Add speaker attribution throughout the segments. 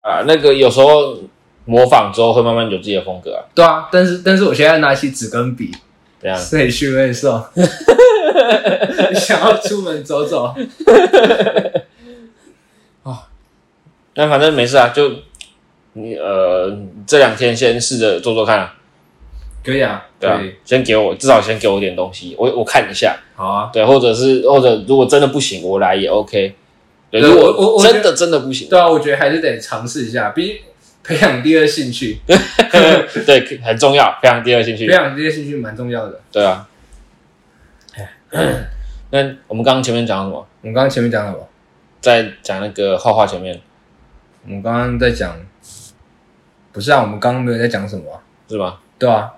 Speaker 1: 啦，啊那个有时候模仿之后会慢慢有自己的风格啊，
Speaker 2: 对啊，但是但是我现在拿起纸跟笔，
Speaker 1: 这样
Speaker 2: 所以去 问送，想要出门走走，
Speaker 1: 但反正没事啊，就你呃这两天先试着做做看啊，
Speaker 2: 可以啊，
Speaker 1: 对啊
Speaker 2: 可以，，
Speaker 1: 先给我至少先给我点东西，我我看一下，
Speaker 2: 好啊。
Speaker 1: 对，或者是或者如果真的不行，我来也 OK。对，
Speaker 2: 对
Speaker 1: 如
Speaker 2: 我我
Speaker 1: 果
Speaker 2: 我
Speaker 1: 真的真的 不行，
Speaker 2: 对啊，我觉得还是得尝试一下，毕竟培养第二兴趣，
Speaker 1: 对，很重要，非常第二兴
Speaker 2: 培
Speaker 1: 趣。
Speaker 2: 养第二兴趣蛮重要的。
Speaker 1: 对啊。 那我们刚刚前面讲什么？
Speaker 2: 我们刚刚前面讲什么？
Speaker 1: 在讲那个画画前面
Speaker 2: 我们刚刚在讲，不是啊，我们刚刚没有在讲什么啊、
Speaker 1: 是吗？
Speaker 2: 对啊，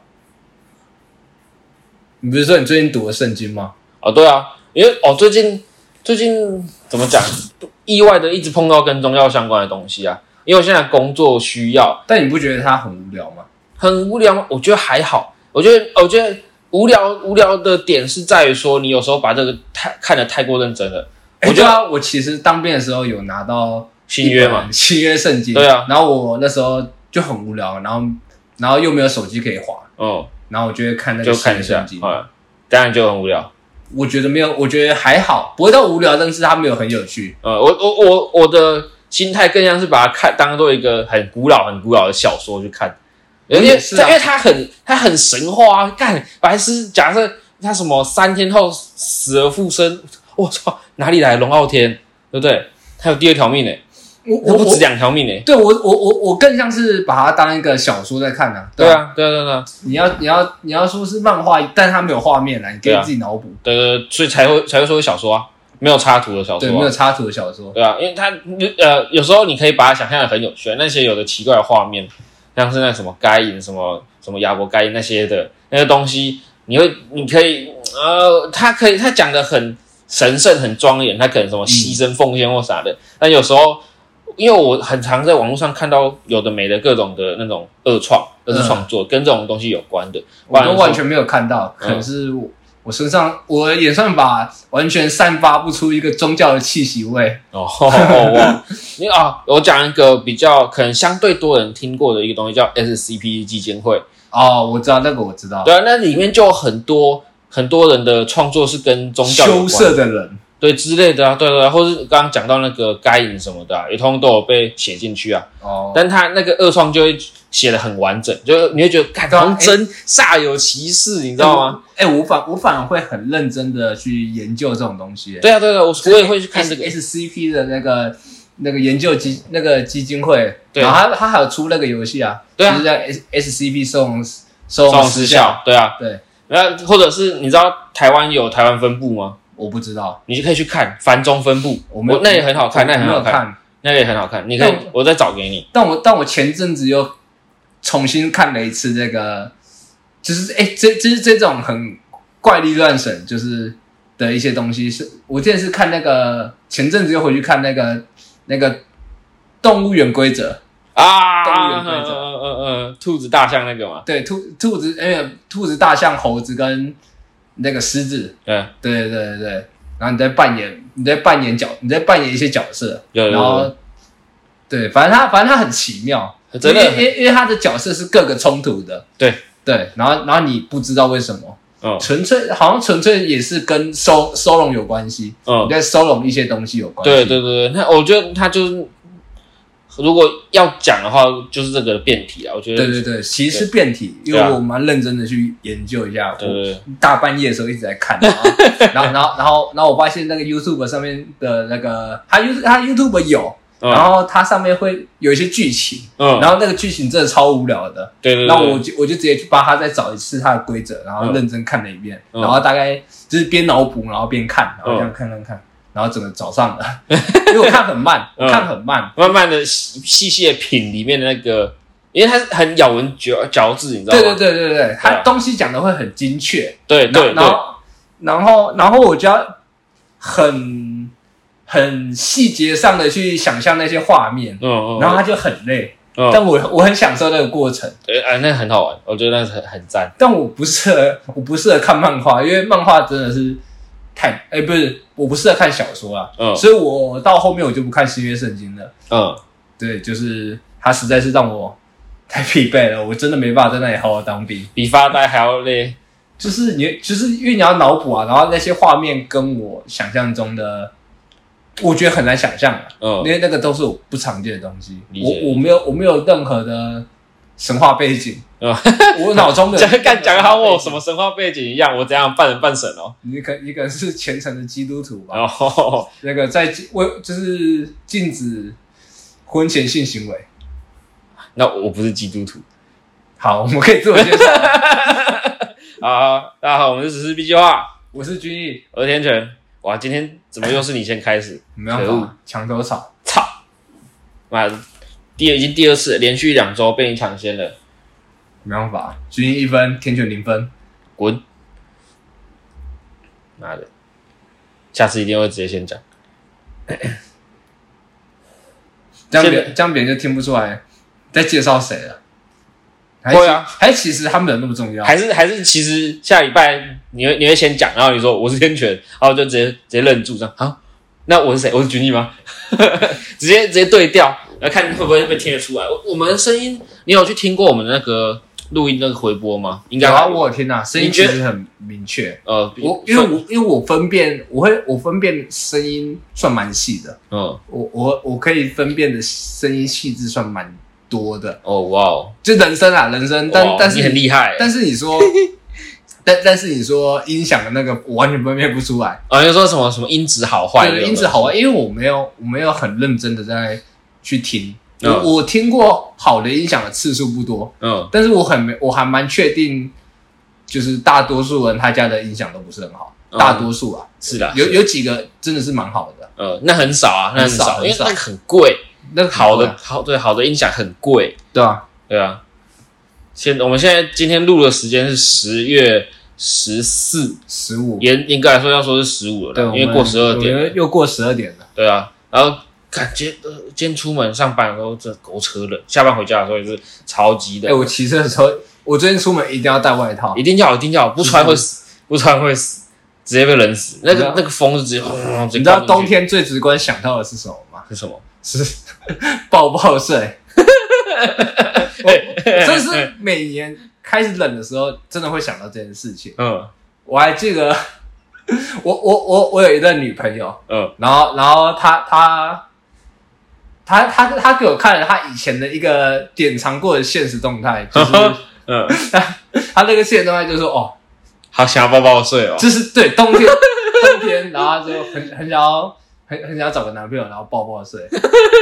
Speaker 2: 你不是说你最近读了圣经吗？
Speaker 1: 哦，对啊，因为哦，最近最近怎么讲，意外的一直碰到跟宗教相关的东西啊。因为我现在工作需要，
Speaker 2: 但你不觉得它很无聊吗？
Speaker 1: 很无聊吗？我觉得还好。我觉得，我觉得无聊无聊的点是在于说，你有时候把这个太看得太过认真了。我
Speaker 2: 我
Speaker 1: 觉
Speaker 2: 觉
Speaker 1: 得
Speaker 2: 得我其实当兵的时候有拿到
Speaker 1: 新约嘛，
Speaker 2: 一本新约圣经，
Speaker 1: 对啊
Speaker 2: 然后我那时候就很无聊，然后然后又没有手机可以划，
Speaker 1: 嗯，
Speaker 2: 然后我就会看那个
Speaker 1: 就
Speaker 2: 新
Speaker 1: 看
Speaker 2: 约
Speaker 1: 一下
Speaker 2: 圣，经。
Speaker 1: 嗯，当然就很无聊。
Speaker 2: 我觉得没有，我觉得还好，不会到无聊，但是它没有很有趣。
Speaker 1: 呃、我我我我的心态更像是把它看当做一个很古老、很古老的小说去看，因为、
Speaker 2: 也是啊
Speaker 1: 因为它很它很神话啊。干白痴，假设他什么三天后死而复生，我操，哪里来的龙傲天，对不对？他有第二条命呢、
Speaker 2: 我
Speaker 1: 他
Speaker 2: 我
Speaker 1: 不止
Speaker 2: 我，
Speaker 1: 两条命呢、
Speaker 2: 对我我我我更像是把它当一个小说在看啊。
Speaker 1: 对
Speaker 2: 啊，
Speaker 1: 啊，对啊，对啊，对啊。
Speaker 2: 你要你要你要说是漫画，但它没有画面啦，你可
Speaker 1: 对啊
Speaker 2: 以自己脑补。
Speaker 1: 对对，对所以才会才会说是小说啊，没有插图的小说、
Speaker 2: 对，
Speaker 1: 啊，
Speaker 2: 没有插图的小说。
Speaker 1: 对啊，因为它呃有时候你可以把它想象的很有趣，那些有的奇怪的画面，像是那什么该隐、什么什么亚伯该隐那些的那些东西，你会你可以呃，它可以它讲的很神圣、很庄严，它可能什么牺牲、奉献或啥的，但有时候。因为我很常在网络上看到有的没的各种的那种恶创、二次创作，跟这种东西有关的，不
Speaker 2: 我
Speaker 1: 然
Speaker 2: 都
Speaker 1: 说
Speaker 2: 完全没有看到，
Speaker 1: 嗯
Speaker 2: 可是我我身上我的演算法完全散发不出一个宗教的气息味。
Speaker 1: 哦， 哦哇！你啊，我讲一个比较可能相对多人听过的一个东西，叫 SCP 基金会。
Speaker 2: 哦，我知道那个，我知道，
Speaker 1: 对啊，那里面就有很多很多人的创作是跟宗教有
Speaker 2: 羞
Speaker 1: 关，
Speaker 2: 涩的人，
Speaker 1: 对之类的啊，对对对，或是刚刚讲到那个该隐什么的、啊，也通通都有被写进去啊。
Speaker 2: 哦，
Speaker 1: 但他那个恶创就会写的很完整，就是你会觉得，看，
Speaker 2: 对啊
Speaker 1: 好像真煞有其事，你知道吗？
Speaker 2: 哎、我反我反而会很认真的去研究这种东西。
Speaker 1: 对啊，对啊，我我也会去看这个。
Speaker 2: S SCP 的那个那个研究基那个基金会，
Speaker 1: 对啊
Speaker 2: 然后他他还有出那个游戏啊，
Speaker 1: 对啊
Speaker 2: 就是叫 S SCP 送
Speaker 1: 宋
Speaker 2: 送
Speaker 1: 时
Speaker 2: 失
Speaker 1: 效，对啊，
Speaker 2: 哎对，
Speaker 1: 然后或者是你知道台湾有台湾分部吗？
Speaker 2: 我不知道，
Speaker 1: 你就可以去看繁中分布，
Speaker 2: 我没有
Speaker 1: 那也很好看，那也很
Speaker 2: 没
Speaker 1: 好
Speaker 2: 有
Speaker 1: 看，
Speaker 2: 看，
Speaker 1: 那也很好看。你可以
Speaker 2: 但，
Speaker 1: 我再找给你。
Speaker 2: 但我但我前阵子又重新看了一次这个，就是哎、这就是这种很怪力乱神，就是的一些东西是。我之前是看那个前阵子又回去看那个那个动物园规则，
Speaker 1: 啊，
Speaker 2: 动物园
Speaker 1: 嗯
Speaker 2: 规
Speaker 1: 嗯
Speaker 2: 则
Speaker 1: 嗯嗯嗯，兔子、大象那个嘛，
Speaker 2: 对兔兔子哎、兔子、大象、猴子跟那个狮子，
Speaker 1: 对，
Speaker 2: 对对对对，然后你在扮演你在扮演角你在扮演一些角色，
Speaker 1: 有有
Speaker 2: 然
Speaker 1: 有
Speaker 2: 后对，反正他反正他很奇妙。
Speaker 1: 有，真
Speaker 2: 因为
Speaker 1: 的，
Speaker 2: 因为因为他的角色是各个冲突的，
Speaker 1: 对
Speaker 2: 对，然后然后你不知道为什么，
Speaker 1: 嗯
Speaker 2: 纯粹好像纯粹也是跟收收拢有关系，你
Speaker 1: 嗯，
Speaker 2: 在收拢一些东西有关系，
Speaker 1: 对对对对，那我觉得他就是，如果要讲的话，就是这个的变体啊，我觉得，
Speaker 2: 对对对，其实是变体，因为
Speaker 1: 对啊
Speaker 2: 我蛮认真的去研究一下，
Speaker 1: 对
Speaker 2: 我
Speaker 1: 对对
Speaker 2: 大半夜的时候一直在看，然 后然后然后然后然后我发现那个 YouTube 上面的那个，他 You 他 YouTube 有，然
Speaker 1: 嗯
Speaker 2: 后它上面会有一些剧情，
Speaker 1: 嗯，
Speaker 2: 然后那个剧情真的超无聊的，
Speaker 1: 对对对，
Speaker 2: 那我就我就直接去帮他再找一次他的规则，然后
Speaker 1: 嗯
Speaker 2: 认真看了一遍，
Speaker 1: 嗯
Speaker 2: 然后大概就是边脑补，然后边看，然后这样
Speaker 1: 嗯
Speaker 2: 看看看，然后整个早上了， 因为我看很慢，
Speaker 1: 嗯
Speaker 2: 我看很慢，
Speaker 1: 慢慢的细细的品里面的那个，因为它是很咬文嚼嚼字，你知道
Speaker 2: 对对
Speaker 1: 吗？
Speaker 2: 对对对，
Speaker 1: 对
Speaker 2: 他
Speaker 1: 啊
Speaker 2: 东西讲的会很精确，
Speaker 1: 对
Speaker 2: 然后
Speaker 1: 对
Speaker 2: 然
Speaker 1: 对，
Speaker 2: 后然后然后我就要很很细节上的去想象那些画面，
Speaker 1: 嗯嗯，
Speaker 2: 然后他就很累，
Speaker 1: 嗯
Speaker 2: 但我我很享受那个过程。
Speaker 1: 对啊，那很好玩，我觉得那是很很赞。
Speaker 2: 但我不适合，我不适合看漫画，因为漫画真的是太……哎、不是，我不适合看小说啊，
Speaker 1: 嗯
Speaker 2: 所以我到后面我就不看新约圣经了。
Speaker 1: 嗯，
Speaker 2: 对，就是他实在是让我 太疲惫了，我真的没办法在那里好好当兵。
Speaker 1: 比发呆还要累。
Speaker 2: 就是你，就是因为你要脑补啊，然后那些画面跟我想象中的，我觉得很难想象啊，
Speaker 1: 嗯
Speaker 2: 因，为那个都是我不常见的东西。
Speaker 1: 理解
Speaker 2: 我我没有我没有任何的神话背 景，
Speaker 1: 嗯
Speaker 2: 我脑中 的
Speaker 1: 讲干讲得好像我有什么神话背景一样，我怎样半人半神 哦。
Speaker 2: 你可你可能是虔诚的基督徒吧？
Speaker 1: 然后
Speaker 2: 那个在为就是禁止婚前性行为。
Speaker 1: 那我不是基督徒
Speaker 2: 好，我们可以自我介 绍。
Speaker 1: 啊。大家 好，我们是十四 B 计划，
Speaker 2: 我是君毅，
Speaker 1: 我是天成。哇，今天怎么又是你先开始？
Speaker 2: 没办
Speaker 1: 可恶
Speaker 2: 法，墙头草。
Speaker 1: 操！妈的，第二已经第二次了连续两周被你抢先了，
Speaker 2: 没办法，君毅一分，天犬零分。
Speaker 1: 滚！妈的，下次一定会直接先讲。
Speaker 2: 这
Speaker 1: 现
Speaker 2: 样
Speaker 1: 在
Speaker 2: 别这样别人就听不出来在介绍谁了。还
Speaker 1: 会啊
Speaker 2: 其还其实他们人那么重要。
Speaker 1: 还是还是，其实下礼拜你会你会先讲，然后你说我是天权，然后就直接直接愣住这样啊？那我是谁？我是军毅吗？ 直接直接对调，来看会不会被听得出来。我我们的声音，你有去听过我们的那个录音那个回播吗？应该
Speaker 2: 有啊，我有天哪，声音
Speaker 1: 你觉
Speaker 2: 其
Speaker 1: 得
Speaker 2: 实很明确。
Speaker 1: 呃，
Speaker 2: 我因为我因为我分辨，我会我分辨声音算蛮细的，
Speaker 1: 嗯
Speaker 2: 我我我可以分辨的声音细致算蛮多的，
Speaker 1: 哦哇哦，
Speaker 2: 就人声啊人声，
Speaker 1: 哇
Speaker 2: 但
Speaker 1: 哦
Speaker 2: 但是
Speaker 1: 你很厉害，
Speaker 2: 但是你说，但但是你说音响的那个，我完全分辨不出来。
Speaker 1: 啊，就说什么什么音质好坏，
Speaker 2: 对，音质好啊，因为我没有我没有很认真的在去听，
Speaker 1: 嗯
Speaker 2: 我我听过好的音响的次数不多，
Speaker 1: 嗯，
Speaker 2: 但是我很没我还蛮确定，就是大多数人他家的音响都不是很好，
Speaker 1: 嗯
Speaker 2: 大多数啊，
Speaker 1: 是啦，
Speaker 2: 有
Speaker 1: 是
Speaker 2: 有几个真的是蛮好的，
Speaker 1: 呃，那很少啊，那很
Speaker 2: 很少
Speaker 1: 少，因为
Speaker 2: 很少
Speaker 1: 那个很贵，
Speaker 2: 那个
Speaker 1: 好
Speaker 2: 很
Speaker 1: 的
Speaker 2: 贵啊
Speaker 1: 好对好的音响很贵，
Speaker 2: 对啊，
Speaker 1: 对啊，现我们现在今天录的时间是十月十四，
Speaker 2: 十五，
Speaker 1: 严严格来说要说是十五了
Speaker 2: 对，
Speaker 1: 啦，
Speaker 2: 我
Speaker 1: 因为
Speaker 2: 们
Speaker 1: 过十二点
Speaker 2: 我
Speaker 1: 了
Speaker 2: 们。又过十二点了，
Speaker 1: 对啊，然后感觉呃，今天出门上班的时候这狗车冷，下班回家的时候也是超级
Speaker 2: 哎、
Speaker 1: 冷，
Speaker 2: 我骑车的时候，我最近出门一定要带外套
Speaker 1: 一，定要一定要不穿会死，不穿会死，直接被冷死。那
Speaker 2: 嗯你知
Speaker 1: 个
Speaker 2: 道
Speaker 1: 那个风是直接轰轰轰，你
Speaker 2: 你知道冬天最直观想到的是什么吗？
Speaker 1: 是什么？
Speaker 2: 是 抱抱睡。 我这是每年开始冷的时候，真的会想到这件事情。
Speaker 1: 嗯
Speaker 2: 我还记得，我我我我有一任女朋友，
Speaker 1: 嗯
Speaker 2: 然后然后她她她她她给我看了她以前的一个典藏过的现实动态，就是
Speaker 1: 嗯，
Speaker 2: 她那个现实动态就说哦，
Speaker 1: 好想要抱抱睡哦。
Speaker 2: 就是对冬天冬天，然后她就很很想要。很很想要找个男朋友，然后抱抱睡，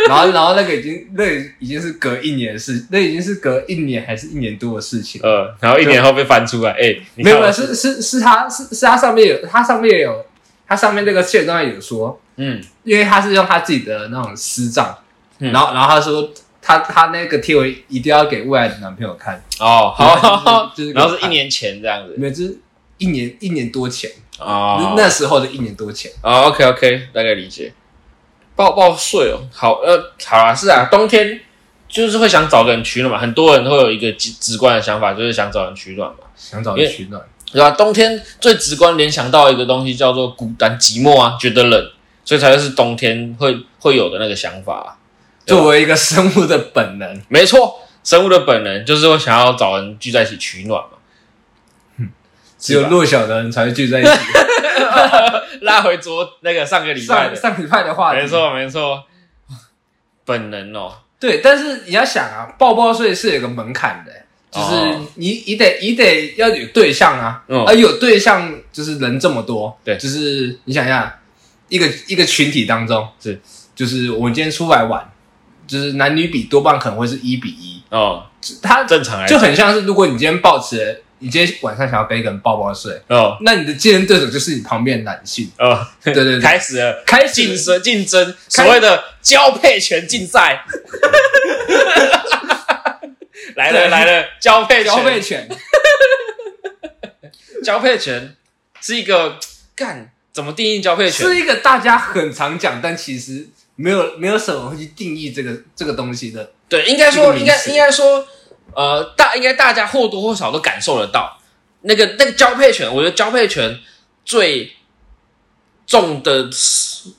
Speaker 2: 然后然后那个已经那个已经是隔一年的事，那已经是隔一年还是一年多的事情了。
Speaker 1: 呃，然后一年后被翻出来，哎、你
Speaker 2: 没
Speaker 1: 看
Speaker 2: 有，
Speaker 1: 我
Speaker 2: 没有，是是是他是是他上面有他上面有他上面那个线段有说，
Speaker 1: 嗯，
Speaker 2: 因为他是用他自己的那种私账，
Speaker 1: 嗯
Speaker 2: 然后然后他说他他那个贴文一定要给未来的男朋友看，
Speaker 1: 哦，好，
Speaker 2: 就是就是给
Speaker 1: 然后
Speaker 2: 我
Speaker 1: 是一
Speaker 2: 看
Speaker 1: 年前这样子，
Speaker 2: 没有，就是一年一年多前，
Speaker 1: 哦，
Speaker 2: 那时候的一年多前，
Speaker 1: 哦，OK OK，大概理解。抱抱睡哦，好呃，好啊，是啊，冬天就是会想找个人取暖嘛，很多人会有一个直直观的想法，就是想找人取暖嘛，
Speaker 2: 想找人取暖，
Speaker 1: 对吧、冬天最直观联想到一个东西叫做孤单寂寞啊，觉得冷，所以才会是冬天会会有的那个想法啊、对吧
Speaker 2: 作为一个生物的本能，
Speaker 1: 没错，生物的本能就是会想要找人聚在一起取暖嘛。
Speaker 2: 只有弱小的人才会聚 在一起。
Speaker 1: 拉回昨那个上个礼拜
Speaker 2: 上
Speaker 1: 的，
Speaker 2: 上礼拜的话题
Speaker 1: 没，错没错， 本能哦，
Speaker 2: 对，但是你要想啊，抱抱睡是有个门槛的、欸就是
Speaker 1: 哦
Speaker 2: 你你得你得要有对象啊，
Speaker 1: 嗯
Speaker 2: 而有对象就是人这么多，
Speaker 1: 对
Speaker 2: 就是你想一下，一个一个群体当中
Speaker 1: 是，
Speaker 2: 就是我们今天出来玩，就是男女比多半可能会是一比一，
Speaker 1: 哦，
Speaker 2: 他
Speaker 1: 正常来
Speaker 2: 就
Speaker 1: 讲，
Speaker 2: 很像是如果你今天抱持，你今天晚上想要跟一个人抱抱睡，
Speaker 1: 哦
Speaker 2: 那你的竞争对手就是你旁边的男性，
Speaker 1: 哦，
Speaker 2: 对对 对，
Speaker 1: 开始了
Speaker 2: 开始
Speaker 1: 竞争竞争，
Speaker 2: 开
Speaker 1: 所谓的交配权竞赛。 来了
Speaker 2: 对
Speaker 1: 来 了，交配
Speaker 2: 消费
Speaker 1: 权，
Speaker 2: 权，
Speaker 1: 交配权是一个干怎么定义交配权？
Speaker 2: 是一个大家很常讲，但其实没有没有什么会去定义这个这个东西的。
Speaker 1: 对，应该
Speaker 2: 这
Speaker 1: 说
Speaker 2: 个
Speaker 1: 应
Speaker 2: 名
Speaker 1: 该
Speaker 2: 词
Speaker 1: 应该说，呃，大应该大家或多或少都感受得到那个那个交配权。我觉得交配权最重的，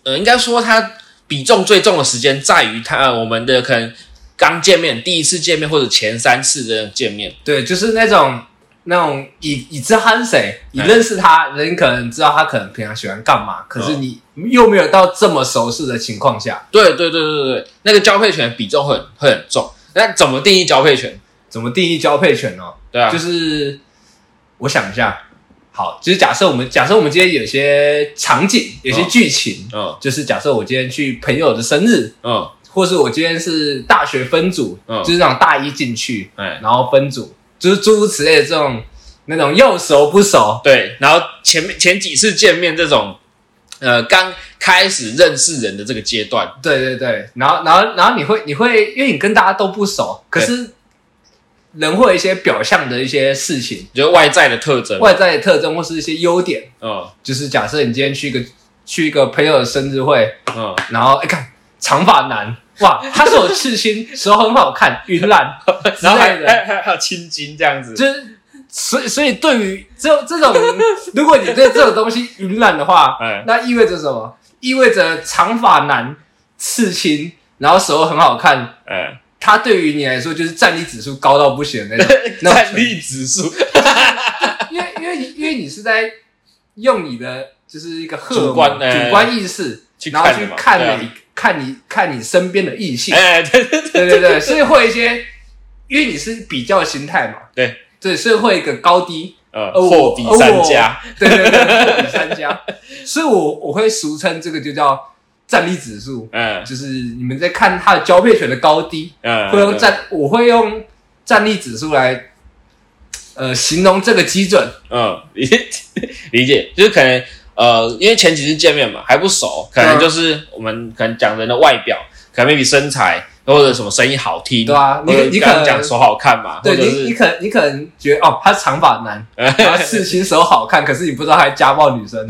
Speaker 1: 呃，应该说它比重最重的时间在于它、呃我们的可能刚见面、第一次见面或者前三次的见面，
Speaker 2: 对，就是那种那种已已知他是谁，你
Speaker 1: 嗯
Speaker 2: 认识他，人可能知道他可能平常喜欢干嘛，可是你又没有到这么熟识的情况下，
Speaker 1: 对对对对对对，那个交配权比重会很会很重。那怎么定义交配权？
Speaker 2: 怎么定义交配权哦？
Speaker 1: 对啊，
Speaker 2: 就是是我想一下，好，就是假设我们假设我们今天有些场景，有些
Speaker 1: 嗯
Speaker 2: 剧情，
Speaker 1: 嗯
Speaker 2: 就是假设我今天去朋友的生日，
Speaker 1: 嗯
Speaker 2: 或是我今天是大学分组，
Speaker 1: 嗯
Speaker 2: 就是那种大一进去，
Speaker 1: 哎，
Speaker 2: 然后分组，就是诸如此类的这种那种又熟不熟，
Speaker 1: 对。然后前面前几次见面这种，呃，刚开始认识人的这个阶段，
Speaker 2: 对对对，然后然后然后你会你会因为你跟大家都不熟，可
Speaker 1: 对
Speaker 2: 是人会有一些表象的一些事情，
Speaker 1: 就是外在的特征。
Speaker 2: 外在的特征或是一些优点，
Speaker 1: 嗯
Speaker 2: 就是假设你今天去一个去一个朋友的生日会，
Speaker 1: 嗯，
Speaker 2: 然后哎看长发男，哇，他是有刺青，手很好看，晕染，之
Speaker 1: 然后
Speaker 2: 类
Speaker 1: 还
Speaker 2: 的，
Speaker 1: 还还还有青筋这样子，
Speaker 2: 就是。所以，所以对于这这种，如果你对这种东西晕染的话，
Speaker 1: 哎
Speaker 2: 那意味着什么？意味着长发男、刺青，然后手很好看，
Speaker 1: 哎，
Speaker 2: 他对于你来说就是战力指数高到不行的那种那种
Speaker 1: 战
Speaker 2: 程度，
Speaker 1: 力指 数
Speaker 2: 因为因为你因为你是在用你的就是一个荷尔蒙
Speaker 1: 主观的
Speaker 2: 主观意识，
Speaker 1: 去
Speaker 2: 然后
Speaker 1: 看的
Speaker 2: 去
Speaker 1: 嘛
Speaker 2: 看
Speaker 1: 对啊
Speaker 2: 每、看你看你身边的异性，
Speaker 1: 哎，对对对
Speaker 2: 对对对，所以会有一些，因为你是比较心态嘛，
Speaker 1: 对
Speaker 2: 对，所以会有一个高低，
Speaker 1: 呃，
Speaker 2: 而我
Speaker 1: 货比三家，
Speaker 2: 哦对对对，货比三家，所以我我会俗称这个就叫战力指数，
Speaker 1: 嗯
Speaker 2: 就是你们在看它的交配权的高低，
Speaker 1: 嗯，
Speaker 2: 会用战，我会用战力指数来，呃，形容这个基准。
Speaker 1: 嗯，理 理解，就是可能呃，因为前几次见面嘛还不熟，可能
Speaker 2: 嗯
Speaker 1: 就是我们可能讲人的外表，可能 maybe 身材或者什么声音好听，
Speaker 2: 对啊你
Speaker 1: 或者
Speaker 2: 你
Speaker 1: 刚
Speaker 2: 可能
Speaker 1: 讲手好看嘛，或
Speaker 2: 对
Speaker 1: 者
Speaker 2: 你，你
Speaker 1: 是
Speaker 2: 可能你可能觉得哦，他长发 男，然后刺青手好看，可是你不知道他还家暴女生。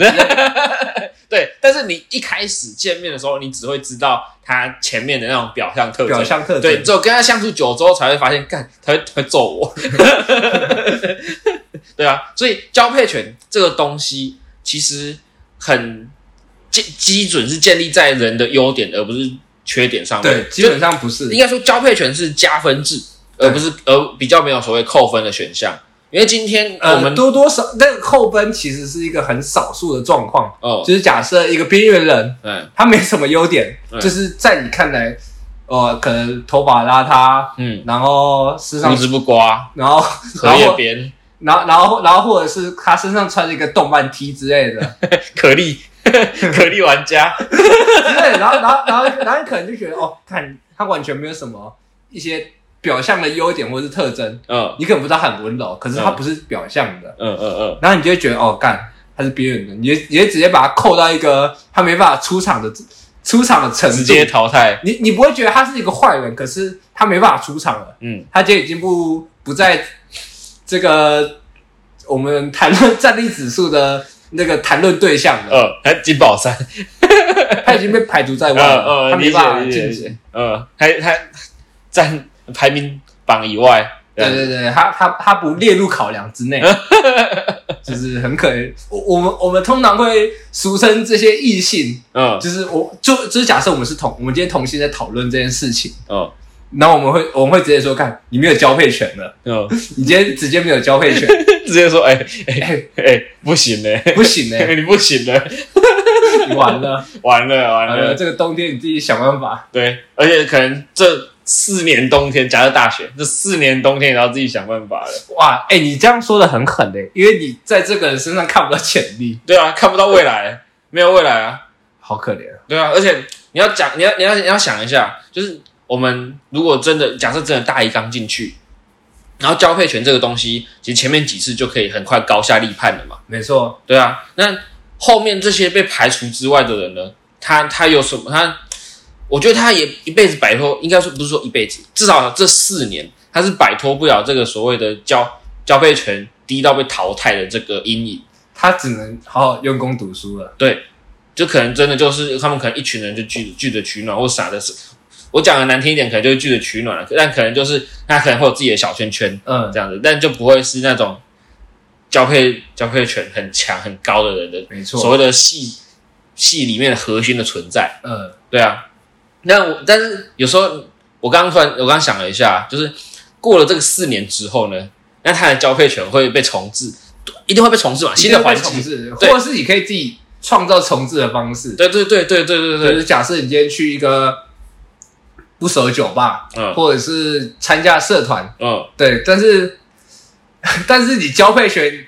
Speaker 1: 对，但是你一开始见面的时候，你只会知道他前面的那种表象特征，
Speaker 2: 表象特征
Speaker 1: 对，你只有跟他相处久之后才会发现，干他会他会揍我， 对啊，所以交配权这个东西其实很基基准是建立在人的优点而不是缺点上面，
Speaker 2: 对，基本上不是
Speaker 1: 应。该说交配权是加分制，而不是而比较没有所谓扣分的选项，因为今天我
Speaker 2: 呃，
Speaker 1: 们、
Speaker 2: 多多少那个扣分其实是一个很少数的状况，
Speaker 1: 哦，
Speaker 2: 就是假设一个边缘人，
Speaker 1: 嗯
Speaker 2: 他没什么优点，
Speaker 1: 嗯
Speaker 2: 就是在你看来，呃，可能头发邋遢，
Speaker 1: 嗯，
Speaker 2: 然后身上
Speaker 1: 胡，子不刮，
Speaker 2: 然后
Speaker 1: 嗯荷
Speaker 2: 然
Speaker 1: 叶
Speaker 2: 后
Speaker 1: 边。
Speaker 2: 然后，然后，然后，或者是他身上穿着一个动漫 T 之类的，
Speaker 1: 可莉， 可莉玩家，
Speaker 2: 对，然后，然后，然后，然后你可能就觉得，哦，看他完全没有什么一些表象的优点或是特征，
Speaker 1: 嗯
Speaker 2: 你可能不知道他很温柔，可是他不是表象的，
Speaker 1: 嗯嗯嗯，
Speaker 2: 然后你就会觉得，哦，干他是边缘的，你就你就直接把他扣到一个他没办法出场的出场的程
Speaker 1: 直
Speaker 2: 度
Speaker 1: 接，淘汰，
Speaker 2: 你你不会觉得他是一个坏人，可是他没办法出场了，
Speaker 1: 嗯，
Speaker 2: 他就已经不不在这个我们谈论战力指数的那个谈论对象了，
Speaker 1: 呃，还金宝山，
Speaker 2: 他已经被排除在外
Speaker 1: 呃
Speaker 2: 了，
Speaker 1: 呃，
Speaker 2: 他没
Speaker 1: 理
Speaker 2: 办
Speaker 1: 解
Speaker 2: 法
Speaker 1: 理解
Speaker 2: 晋
Speaker 1: 理
Speaker 2: 级
Speaker 1: 解。，呃，还还占排名榜以外，
Speaker 2: 对对对，他他他不列入考量之 内，就是很可怜。我我们我们通常会俗称这些异性，
Speaker 1: 嗯
Speaker 2: 就是我就就是假设我们是同，我们今天同性在讨论这件事情，
Speaker 1: 嗯
Speaker 2: 然后我们会我们会直接说，看你没有交配权了，
Speaker 1: 嗯，
Speaker 2: 你今天直接没有交配权，
Speaker 1: 直接说，哎哎哎，不行嘞，
Speaker 2: 不行呢、
Speaker 1: 你不行了，
Speaker 2: 你完了。
Speaker 1: 完了完
Speaker 2: 完了，
Speaker 1: 了，
Speaker 2: 这个冬天你自己想办法。
Speaker 1: 对，而且可能这四年冬天，假设大学这四年冬天也要自己想办法了，
Speaker 2: 哇，哎、你这样说的很狠嘞、因为你在这个人身上看不到潜力，
Speaker 1: 对啊，看不到未来，没有未来啊。
Speaker 2: 好可怜啊。
Speaker 1: 对啊，而且你要讲，你要你要你要想一下，就是我们如果真的假设真的大一刚进去，然后交配权这个东西，其实前面几次就可以很快高下立判了嘛。
Speaker 2: 没错，
Speaker 1: 对啊，那后面这些被排除之外的人呢，他他有什么？他我觉得他也一辈子摆脱，应该说不是说一辈子，至少这四年他是摆脱不了这个所谓的交交配权低到被淘汰的这个阴影。
Speaker 2: 他只能好好用功读书了。
Speaker 1: 对，就可能真的就是他们可能一群人就聚聚着取暖，或傻的是，我讲的难听一点，可能就是聚着取暖了，但可能就是他可能会有自己的小圈圈
Speaker 2: 嗯，
Speaker 1: 这样子，但就不会是那种交配交配权很强很高的人的
Speaker 2: 没错。
Speaker 1: 所谓的系系里面的核心的存在。
Speaker 2: 嗯，
Speaker 1: 对啊，那我但是有时候我刚刚突然，我刚刚想了一下，就是过了这个四年之后呢，那他的交配权会被重置，一定会被重置嘛？新的环
Speaker 2: 重
Speaker 1: 境，
Speaker 2: 置，或
Speaker 1: 对
Speaker 2: 者是你可以自己创造重置的方式。
Speaker 1: 对对对对对对
Speaker 2: 就
Speaker 1: 对，
Speaker 2: 是假设你今天去一个不熟的酒吧，
Speaker 1: 嗯
Speaker 2: 或者是参加社团，
Speaker 1: 嗯，
Speaker 2: 对，但是 但是你交配权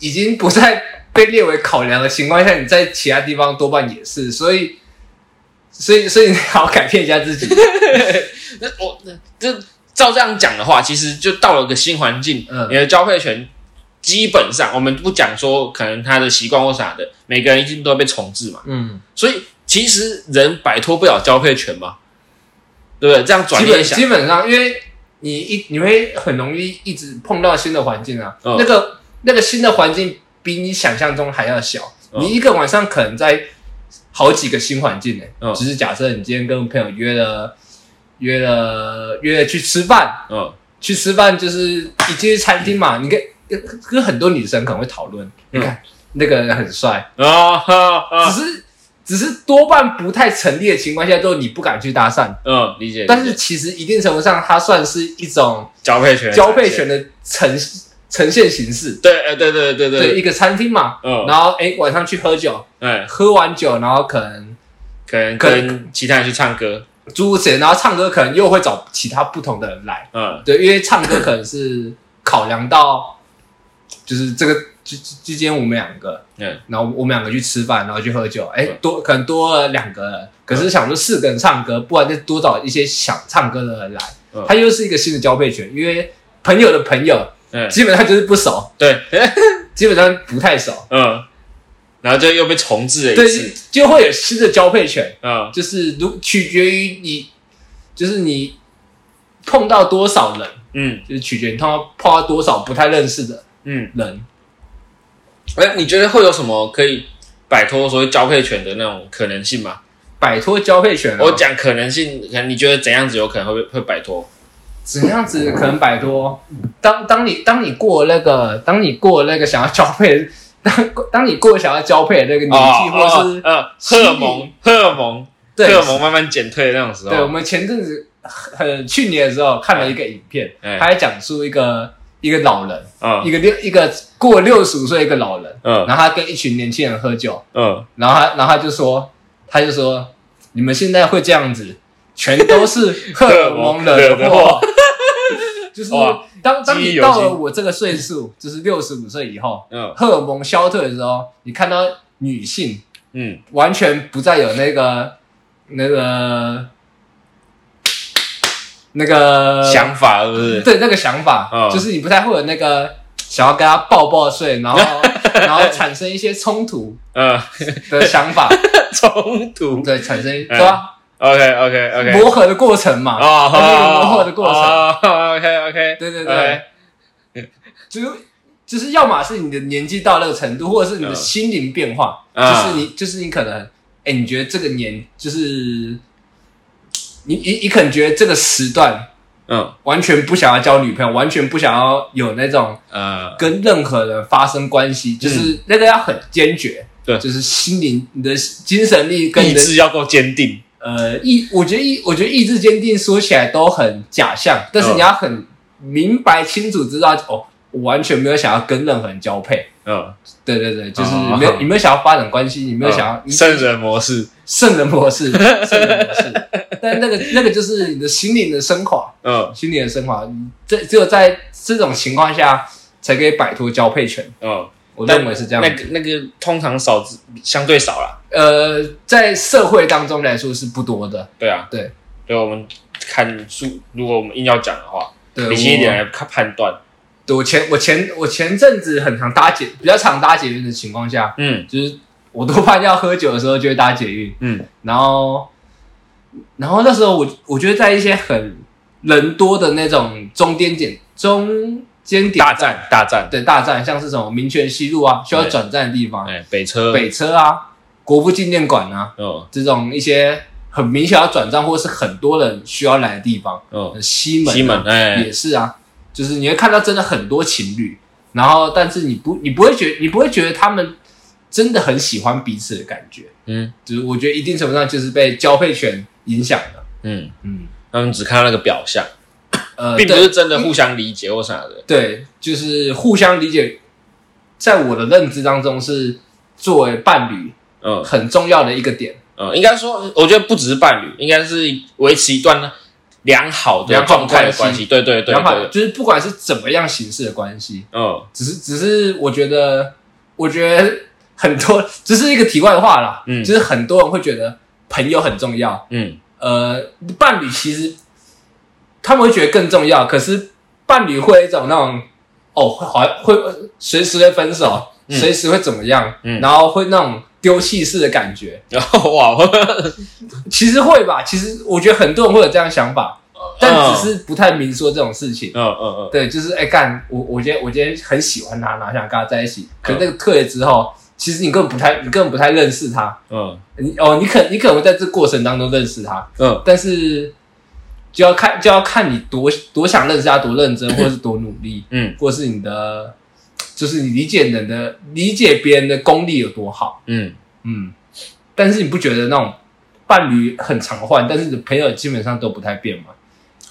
Speaker 2: 已经不再被列为考量的情况下，你在其他地方多半也是，所以所以所以你好好改变一下自己，
Speaker 1: 那我这照这样讲的话，其实就到了个新环境，
Speaker 2: 嗯
Speaker 1: 你的交配权基本上，我们不讲说可能他的习惯或啥的，每个人一定都会被重置嘛，
Speaker 2: 嗯，
Speaker 1: 所以其实人摆脱不了交配权嘛，对不对？这样转
Speaker 2: 基
Speaker 1: 念
Speaker 2: 本
Speaker 1: 想，
Speaker 2: 基本上因为你一你会很容易一直碰到新的环境啊，
Speaker 1: 嗯
Speaker 2: 那个那个新的环境比你想象中还要小，
Speaker 1: 嗯
Speaker 2: 你一个晚上可能在好几个新环境呢、
Speaker 1: 嗯
Speaker 2: 只是假设你今天跟朋友约了约了约了去吃饭，
Speaker 1: 嗯
Speaker 2: 去吃饭就是一进去餐厅嘛，你跟跟很多女生可能会讨论，你看、那个人很帅，
Speaker 1: 啊哈
Speaker 2: 只
Speaker 1: 啊
Speaker 2: 是只是多半不太成立的情况下，都你不敢去搭讪，
Speaker 1: 嗯，理解。
Speaker 2: 但
Speaker 1: 理
Speaker 2: 是
Speaker 1: 解
Speaker 2: 其实一定程度上，它算是一种
Speaker 1: 交配权，
Speaker 2: 交配权，的呈呈现形式。
Speaker 1: 对，呃，对对对
Speaker 2: 对，
Speaker 1: 对，
Speaker 2: 一个餐厅嘛，
Speaker 1: 嗯，
Speaker 2: 然后哎、晚上去喝酒，
Speaker 1: 哎，
Speaker 2: 喝完酒然后可能
Speaker 1: 可能
Speaker 2: 可
Speaker 1: 跟其他人去唱歌，
Speaker 2: 诸如此类，然后唱歌可能又会找其他不同的人来。
Speaker 1: 嗯
Speaker 2: 对，因为唱歌可能是考量到，就是这个之之之间我们两个，
Speaker 1: 嗯
Speaker 2: 然后我们两个去吃饭，然后去喝酒，哎
Speaker 1: 嗯，
Speaker 2: 多可能多了两个人，可是想说四个人唱歌，不然就多找一些想唱歌的人来
Speaker 1: 嗯，
Speaker 2: 他又是一个新的交配权，因为朋友的朋友
Speaker 1: 嗯，
Speaker 2: 基本上就是不熟，
Speaker 1: 对，
Speaker 2: 基本上不太熟，
Speaker 1: 嗯，然后就又被重置了一
Speaker 2: 对
Speaker 1: 次，，
Speaker 2: 就会有新的交配权，
Speaker 1: 嗯
Speaker 2: 就是如取决于你，就是你碰到多少人，
Speaker 1: 嗯
Speaker 2: 就是取决于你碰到碰到多少不太认识的
Speaker 1: 嗯，
Speaker 2: 人。
Speaker 1: 哎，你觉得会有什么可以摆脱所谓交配权的那种可能性吗？
Speaker 2: 摆脱交配权、啊，
Speaker 1: 我讲可能性，可能你觉得怎样子有可能会被会摆脱？
Speaker 2: 怎样子可能摆脱？当当你当你过那个，当你过那个想要交配 的，当当你过想要交配的那个年纪，
Speaker 1: 哦
Speaker 2: 或是、
Speaker 1: 哦呃，荷尔蒙，荷尔蒙，荷
Speaker 2: 对
Speaker 1: 尔蒙慢慢减退的那种时
Speaker 2: 对，我
Speaker 1: 候，
Speaker 2: 们前阵子很去年的时候看了一个影片，
Speaker 1: 哎
Speaker 2: 他还讲述一个一个老人，
Speaker 1: 嗯
Speaker 2: 一个六一个过六十五岁的一个老人，
Speaker 1: 嗯
Speaker 2: 然后他跟一群年轻人喝酒，
Speaker 1: 嗯，
Speaker 2: 然后他然后他就说，他就说你们现在会这样子，全 都是荷尔蒙惹
Speaker 1: 惹
Speaker 2: 的
Speaker 1: 的
Speaker 2: 祸
Speaker 1: 祸。
Speaker 2: 就是
Speaker 1: 哇
Speaker 2: 当当
Speaker 1: 记忆
Speaker 2: 你
Speaker 1: 犹
Speaker 2: 到
Speaker 1: 新
Speaker 2: 了我这个岁数，就是六十五岁以后，
Speaker 1: 嗯
Speaker 2: 荷尔蒙消退的时候，你看到女性
Speaker 1: 嗯，
Speaker 2: 完全不再有那个那个那个
Speaker 1: 想法是不是？
Speaker 2: 呃对那个想法，
Speaker 1: 嗯
Speaker 2: 就是你不太会有那个想要跟她抱抱睡， 然后然后产生一些冲突
Speaker 1: 嗯，
Speaker 2: 的想法，
Speaker 1: 冲突。
Speaker 2: 对，产生对
Speaker 1: 嗯
Speaker 2: 吧？
Speaker 1: OK OK OK。
Speaker 2: 磨合的过程嘛。
Speaker 1: 哦，
Speaker 2: 它是一个磨合的过程。
Speaker 1: 程。OK OK。
Speaker 2: 对对对
Speaker 1: OK，
Speaker 2: 就是就是，要么是你的年纪到那个程度，或者是你的
Speaker 1: 嗯
Speaker 2: 心灵变化，
Speaker 1: 啊
Speaker 2: 就是你就是你可能，哎、你觉得这个年就是你你你可能觉得这个时段
Speaker 1: 嗯
Speaker 2: 完全不想要交女朋友，完全不想要有那种
Speaker 1: 呃
Speaker 2: 跟任何人发生关系，就是那个要很坚决。
Speaker 1: 嗯对
Speaker 2: 就是心灵，你的精神力跟你
Speaker 1: 意
Speaker 2: 的
Speaker 1: 志要够坚定。
Speaker 2: 呃意，我觉得意，我觉得意志坚定说起来都很假象，但是
Speaker 1: 嗯
Speaker 2: 你要很明白清楚知道、哦，我完全没有想要跟任何人交配。
Speaker 1: 嗯，
Speaker 2: 对对对，就是
Speaker 1: 哦
Speaker 2: 没有，你没有想要发展关系，你没有想要、
Speaker 1: 嗯圣人模式。
Speaker 2: 圣人模式， 圣人模式。但那个那个就是你的心灵的升华，
Speaker 1: 嗯
Speaker 2: 心灵的升华，你这只有在这种情况下才可以摆脱交配权。
Speaker 1: 嗯，
Speaker 2: 我认为是这样。
Speaker 1: 那个那个通常少之相对少啦。
Speaker 2: 呃，在社会当中来说是不多的。
Speaker 1: 对啊，
Speaker 2: 对
Speaker 1: 对，我们看数，如果我们硬要讲的话，
Speaker 2: 对，
Speaker 1: 理性一
Speaker 2: 我
Speaker 1: 点来看判断。
Speaker 2: 对我前我前我前阵子很常搭捷，比较常搭捷运的情况下，
Speaker 1: 嗯
Speaker 2: 就是我多半要喝酒的时候就会搭捷运，
Speaker 1: 嗯
Speaker 2: 然后然后那时候我我觉得在一些很人多的那种中间点中间点
Speaker 1: 大战大战。
Speaker 2: 对大站，像是什么民权西路啊，需要
Speaker 1: 对
Speaker 2: 转站的地方，
Speaker 1: 哎，北车。
Speaker 2: 北车啊，国父纪念馆啊，
Speaker 1: 嗯
Speaker 2: 这种一些很明显要转站或是很多人需要来的地方，
Speaker 1: 嗯，
Speaker 2: 西门啊、
Speaker 1: 西门哎
Speaker 2: 也是啊，就是你会看到真的很多情侣，然后但是你不你不会觉你不会觉得他们真的很喜欢彼此的感觉，
Speaker 1: 嗯
Speaker 2: 就是我觉得一定程度上就是被交配权影响的，
Speaker 1: 嗯。
Speaker 2: 嗯，
Speaker 1: 嗯他们只看到那个表象，
Speaker 2: 呃，
Speaker 1: 并不
Speaker 2: 对
Speaker 1: 是真的互相理解或啥的。
Speaker 2: 对，就是互相理解，在我的认知当中是作为伴侣
Speaker 1: 嗯
Speaker 2: 很重要的一个点，
Speaker 1: 嗯，应该说，我觉得不只是伴侣，应该是维持一段良好的
Speaker 2: 良好
Speaker 1: 状
Speaker 2: 的
Speaker 1: 态的关
Speaker 2: 关
Speaker 1: 系。对对对
Speaker 2: 然后
Speaker 1: 对，
Speaker 2: 就是不管是怎么样形式的关系，
Speaker 1: 嗯
Speaker 2: 只是只是我觉得，我觉得很多只是一个题外话啦，
Speaker 1: 嗯
Speaker 2: 就是很多人会觉得朋友很重要，
Speaker 1: 嗯
Speaker 2: 呃，伴侣其实他们会觉得更重要，可是伴侣会有一种那种哦，会好像会随时会分手，
Speaker 1: 嗯
Speaker 2: 随时会怎么样，
Speaker 1: 嗯
Speaker 2: 然后会那种丢弃式的感觉，
Speaker 1: 然后哇，
Speaker 2: 其实会吧，其实我觉得很多人会有这样的想法，但只是不太明说这种事情。
Speaker 1: 嗯嗯嗯，
Speaker 2: 对，就是哎干、我我今天我今天很喜欢他，然后想跟他在一起，可是那个退了之后，其实你根本不太你根本不太认识他，
Speaker 1: 嗯
Speaker 2: 你哦，你可你可能会在这过程当中认识他，
Speaker 1: 嗯，
Speaker 2: 但是就要看就要看你多多想认识他，多认真，或者是多努力，
Speaker 1: 嗯，
Speaker 2: 或是你的就是你理解人的理解别人的功力有多好，
Speaker 1: 嗯，
Speaker 2: 嗯，但是你不觉得那种伴侣很常换，但是你的朋友基本上都不太变吗？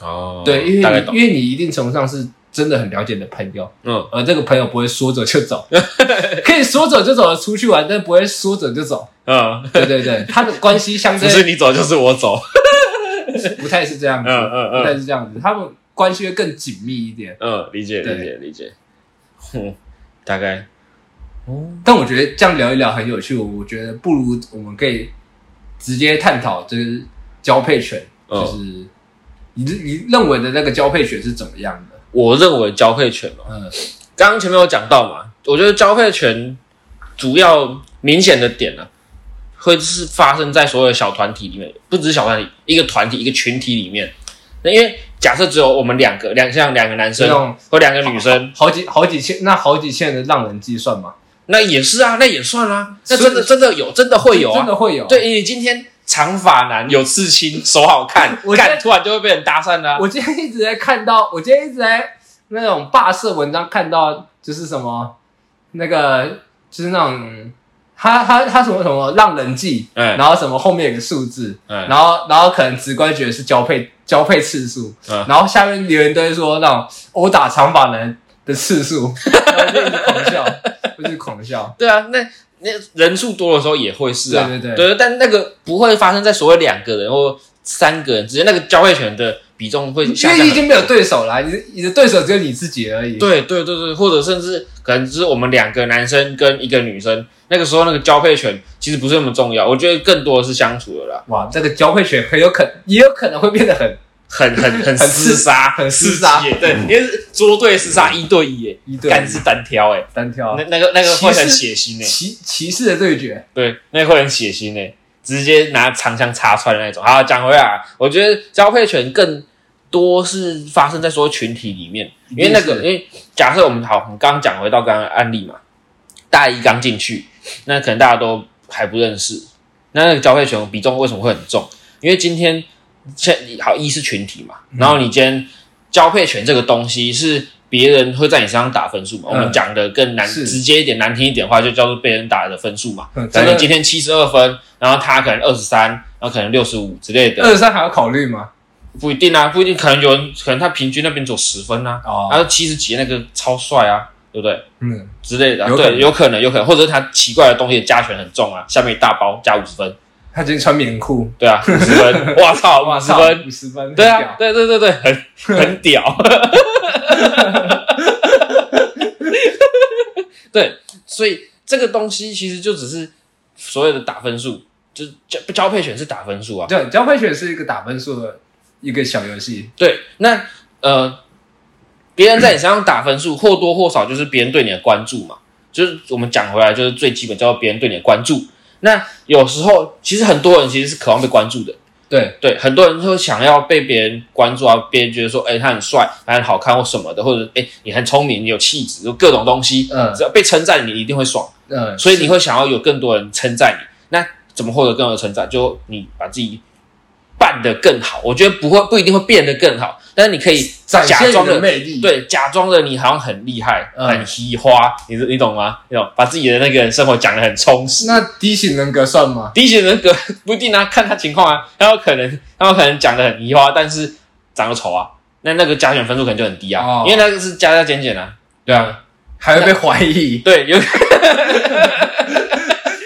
Speaker 1: 哦，
Speaker 2: 对，因
Speaker 1: 大概
Speaker 2: 为你
Speaker 1: 懂，
Speaker 2: 因为你一定程度上是真的很了解你的朋友，
Speaker 1: 嗯
Speaker 2: 呃而这个朋友不会说走就走，可以说走就走的出去玩，但不会说走就走。
Speaker 1: 嗯，
Speaker 2: 对对对，他的关系 相
Speaker 1: 不是
Speaker 2: 对
Speaker 1: 你走就是我走，
Speaker 2: 不太是这样
Speaker 1: 嗯
Speaker 2: 子。
Speaker 1: 嗯
Speaker 2: 大概
Speaker 1: 嗯
Speaker 2: 是这样子，他们关系会更紧密一点。
Speaker 1: 嗯，理解
Speaker 2: 对
Speaker 1: 理解理解，哼，大概，哦，
Speaker 2: 但我觉得这样聊一聊很有趣，我觉得不如我们可以直接探讨就是交配权，
Speaker 1: 嗯
Speaker 2: 就是你你认为的那个交配权是怎么样的？
Speaker 1: 我认为交配权哦，
Speaker 2: 嗯
Speaker 1: 刚刚前面有讲到嘛，我觉得交配权主要明显的点呢、啊，会是发生在所有的小团体里面，不只是小团体，一个团体一个群体里面。那因为假设只有我们两个，两像两个男
Speaker 2: 那
Speaker 1: 生
Speaker 2: 种
Speaker 1: 或两个女生，
Speaker 2: 好几好几千，那好几千的让人计算嘛，
Speaker 1: 那也是啊，那也算啊，那真的
Speaker 2: 所
Speaker 1: 真
Speaker 2: 以
Speaker 1: 的有，真的会有
Speaker 2: 真
Speaker 1: 啊。
Speaker 2: 的会有。，
Speaker 1: 对，你今天长发男有刺青，手好看
Speaker 2: 我，现
Speaker 1: 干
Speaker 2: 在
Speaker 1: 突然就会被人搭讪啦、
Speaker 2: 我今天一直在看到， 我今天一直在那种霸社文章看到，就是什么那个就是那种他他他什么什么让人计，
Speaker 1: 嗯
Speaker 2: 然后什么后面有个数字，
Speaker 1: 嗯
Speaker 2: 然后然后可能直观觉得是交配交配次数，
Speaker 1: 嗯
Speaker 2: 然后下面留言都会说那种殴打长发男的次数， 然后我就一直狂笑，我就一直 狂笑。
Speaker 1: 对啊，那那人数多的时候也会是啊，
Speaker 2: 对对
Speaker 1: 对，但那个不会发生在所谓两个人或三个人之间，那个交配权的比重会
Speaker 2: 因
Speaker 1: 下
Speaker 2: 为
Speaker 1: 降
Speaker 2: 你
Speaker 1: 很
Speaker 2: 已经没有对手啦，你的你的对手只有你自己而已。，
Speaker 1: 对对对对，或者甚至可能只是我们两个男生跟一个女生，那个时候那个交配权其实不是那么重要，我觉得更多的是相处的啦，
Speaker 2: 哇，这个交配权很有可也有可能会变得很
Speaker 1: 很很很
Speaker 2: 很
Speaker 1: 厮
Speaker 2: 刺
Speaker 1: 杀，
Speaker 2: 很
Speaker 1: 刺
Speaker 2: 厮杀
Speaker 1: 激耶对，因为是捉对厮杀一对一耶，
Speaker 2: 一对
Speaker 1: 干
Speaker 2: 一
Speaker 1: 是单挑哎，
Speaker 2: 单挑
Speaker 1: 那。那个那个会很
Speaker 2: 啊
Speaker 1: 血
Speaker 2: 其
Speaker 1: 腥哎，
Speaker 2: 骑骑士的对决，
Speaker 1: 对，那会很血腥诶、欸直接拿长枪插穿的那种。好，讲回来啊，我觉得交配权更多是发生在说群体里面，因为那个，
Speaker 2: 一定
Speaker 1: 因
Speaker 2: 是
Speaker 1: 为假设我们好，我们刚刚讲回到刚刚的案例嘛，大一刚进去，那可能大家都还不认识，那那个交配权比重为什么会很重？因为今天现好一是群体嘛，
Speaker 2: 嗯
Speaker 1: 然后你今天交配权这个东西是。别人会在你身上打分数嘛？我们
Speaker 2: 嗯
Speaker 1: 讲的更难，
Speaker 2: 是
Speaker 1: 直接一点、难听一点的话，就叫做被人打的分数嘛。
Speaker 2: 嗯
Speaker 1: 可能
Speaker 2: 真
Speaker 1: 你
Speaker 2: 的
Speaker 1: 今天七十二分，然后他可能二十三，然后可能六十五之类的，
Speaker 2: 二三还要考虑吗？
Speaker 1: 不一定啊，不一定，可能有人可能他平均那边只有十分啊，然
Speaker 2: 哦，
Speaker 1: 后七十几那个超帅啊，对不对？
Speaker 2: 嗯，
Speaker 1: 之类的啊、
Speaker 2: 有可能
Speaker 1: 对，有可能，有可能，或者是他奇怪的东西的加权很重啊，下面一大包加五十分，
Speaker 2: 他今天穿棉裤，
Speaker 1: 对啊，五十 分，哇操，五十分，
Speaker 2: 五十分，
Speaker 1: 对
Speaker 2: 很
Speaker 1: 啊
Speaker 2: 屌，，
Speaker 1: 对对对对，很很屌。 对，所以这个东西其实就只是所有的打分数，就是交交配权是打分数啊。
Speaker 2: 对，交配权是一个打分数的一个小游戏，
Speaker 1: 对，那呃，别人在你身上打分数，或多或少就是别人对你的关注嘛。就是我们讲回来，就是最基本叫做别人对你的关注。那有时候其实很多人其实是渴望被关注的，
Speaker 2: 对，
Speaker 1: 对，很多人会想要被别人关注啊，别人觉得说，哎、他很帅，他很好看或什么的，或者哎、你很聪明，你有气质，就各种东西，呃
Speaker 2: 嗯
Speaker 1: 只要被称赞，你一定会爽，
Speaker 2: 嗯，
Speaker 1: 所以你
Speaker 2: 是
Speaker 1: 会想要有更多人称赞你。那怎么获得更多的称赞？就你把自己办得更好。我觉得不会不一定会变得更好，但是你可以
Speaker 2: 展
Speaker 1: 假
Speaker 2: 现
Speaker 1: 装
Speaker 2: 你
Speaker 1: 的
Speaker 2: 的魅力，，
Speaker 1: 对，假装的你好像很厉害，
Speaker 2: 嗯
Speaker 1: 很嘻花，你你懂吗？你懂，把自己的那个生活讲得很充实。
Speaker 2: 那低型人格算吗？
Speaker 1: 低型人格 不一定啊，看他情况啊，他有可能他有可能讲的很嘻花，但是长得丑啊，那那个加权分数可能就很低啊，
Speaker 2: 哦
Speaker 1: 因为那个是加加减减啊。
Speaker 2: 对啊，还会被怀疑，
Speaker 1: 对，有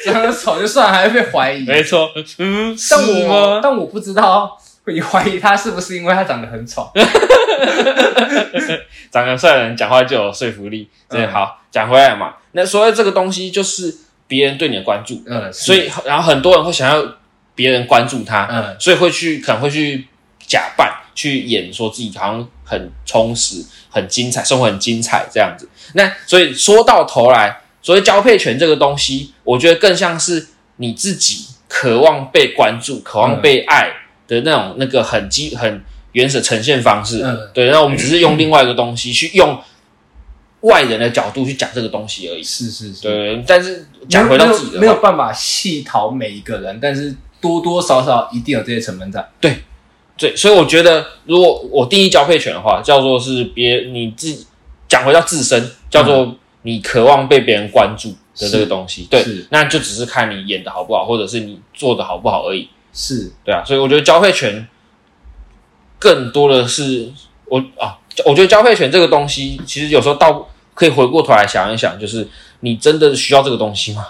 Speaker 2: 长得丑就算，还会被怀疑。
Speaker 1: 啊没错，嗯，
Speaker 2: 但
Speaker 1: 是
Speaker 2: 我
Speaker 1: 吗？
Speaker 2: 但我不知道，你怀疑他是不是因为他长得很丑？
Speaker 1: 长得帅的人讲话就有说服力。对，
Speaker 2: 嗯
Speaker 1: 好，讲回来嘛，那所谓这个东西就是别人对你的关注，
Speaker 2: 嗯，是
Speaker 1: 所以然后很多人会想要别人关注他，
Speaker 2: 嗯
Speaker 1: 所以会去可能会去假扮去演，说自己好像很充实、很精彩，生活很精彩这样子。那所以说到头来，所谓交配权这个东西，我觉得更像是你自己渴望被关注、渴望被爱的那种那个很基很原始的呈现方式。
Speaker 2: 嗯
Speaker 1: 对，那我们只是用另外一个东西去用外人的角度去讲这个东西而已。
Speaker 2: 是是是，
Speaker 1: 对，但是讲回到自己的
Speaker 2: 没有没
Speaker 1: 话
Speaker 2: 有，办法细讨每一个人，但是多多少少一定有这些成分在。
Speaker 1: 对，所以我觉得，如果我定义交配权的话，叫做是别你自己讲回到自身，叫做你渴望被别人关注的这个东西。对
Speaker 2: 嗯是，
Speaker 1: 那就只是看你演的好不好，或者是你做的好不好而已。
Speaker 2: 是，
Speaker 1: 对啊，所以我觉得交配权更多的是我啊，我觉得交配权这个东西，其实有时候到可以回过头来想一想，就是你真的需要这个东西吗？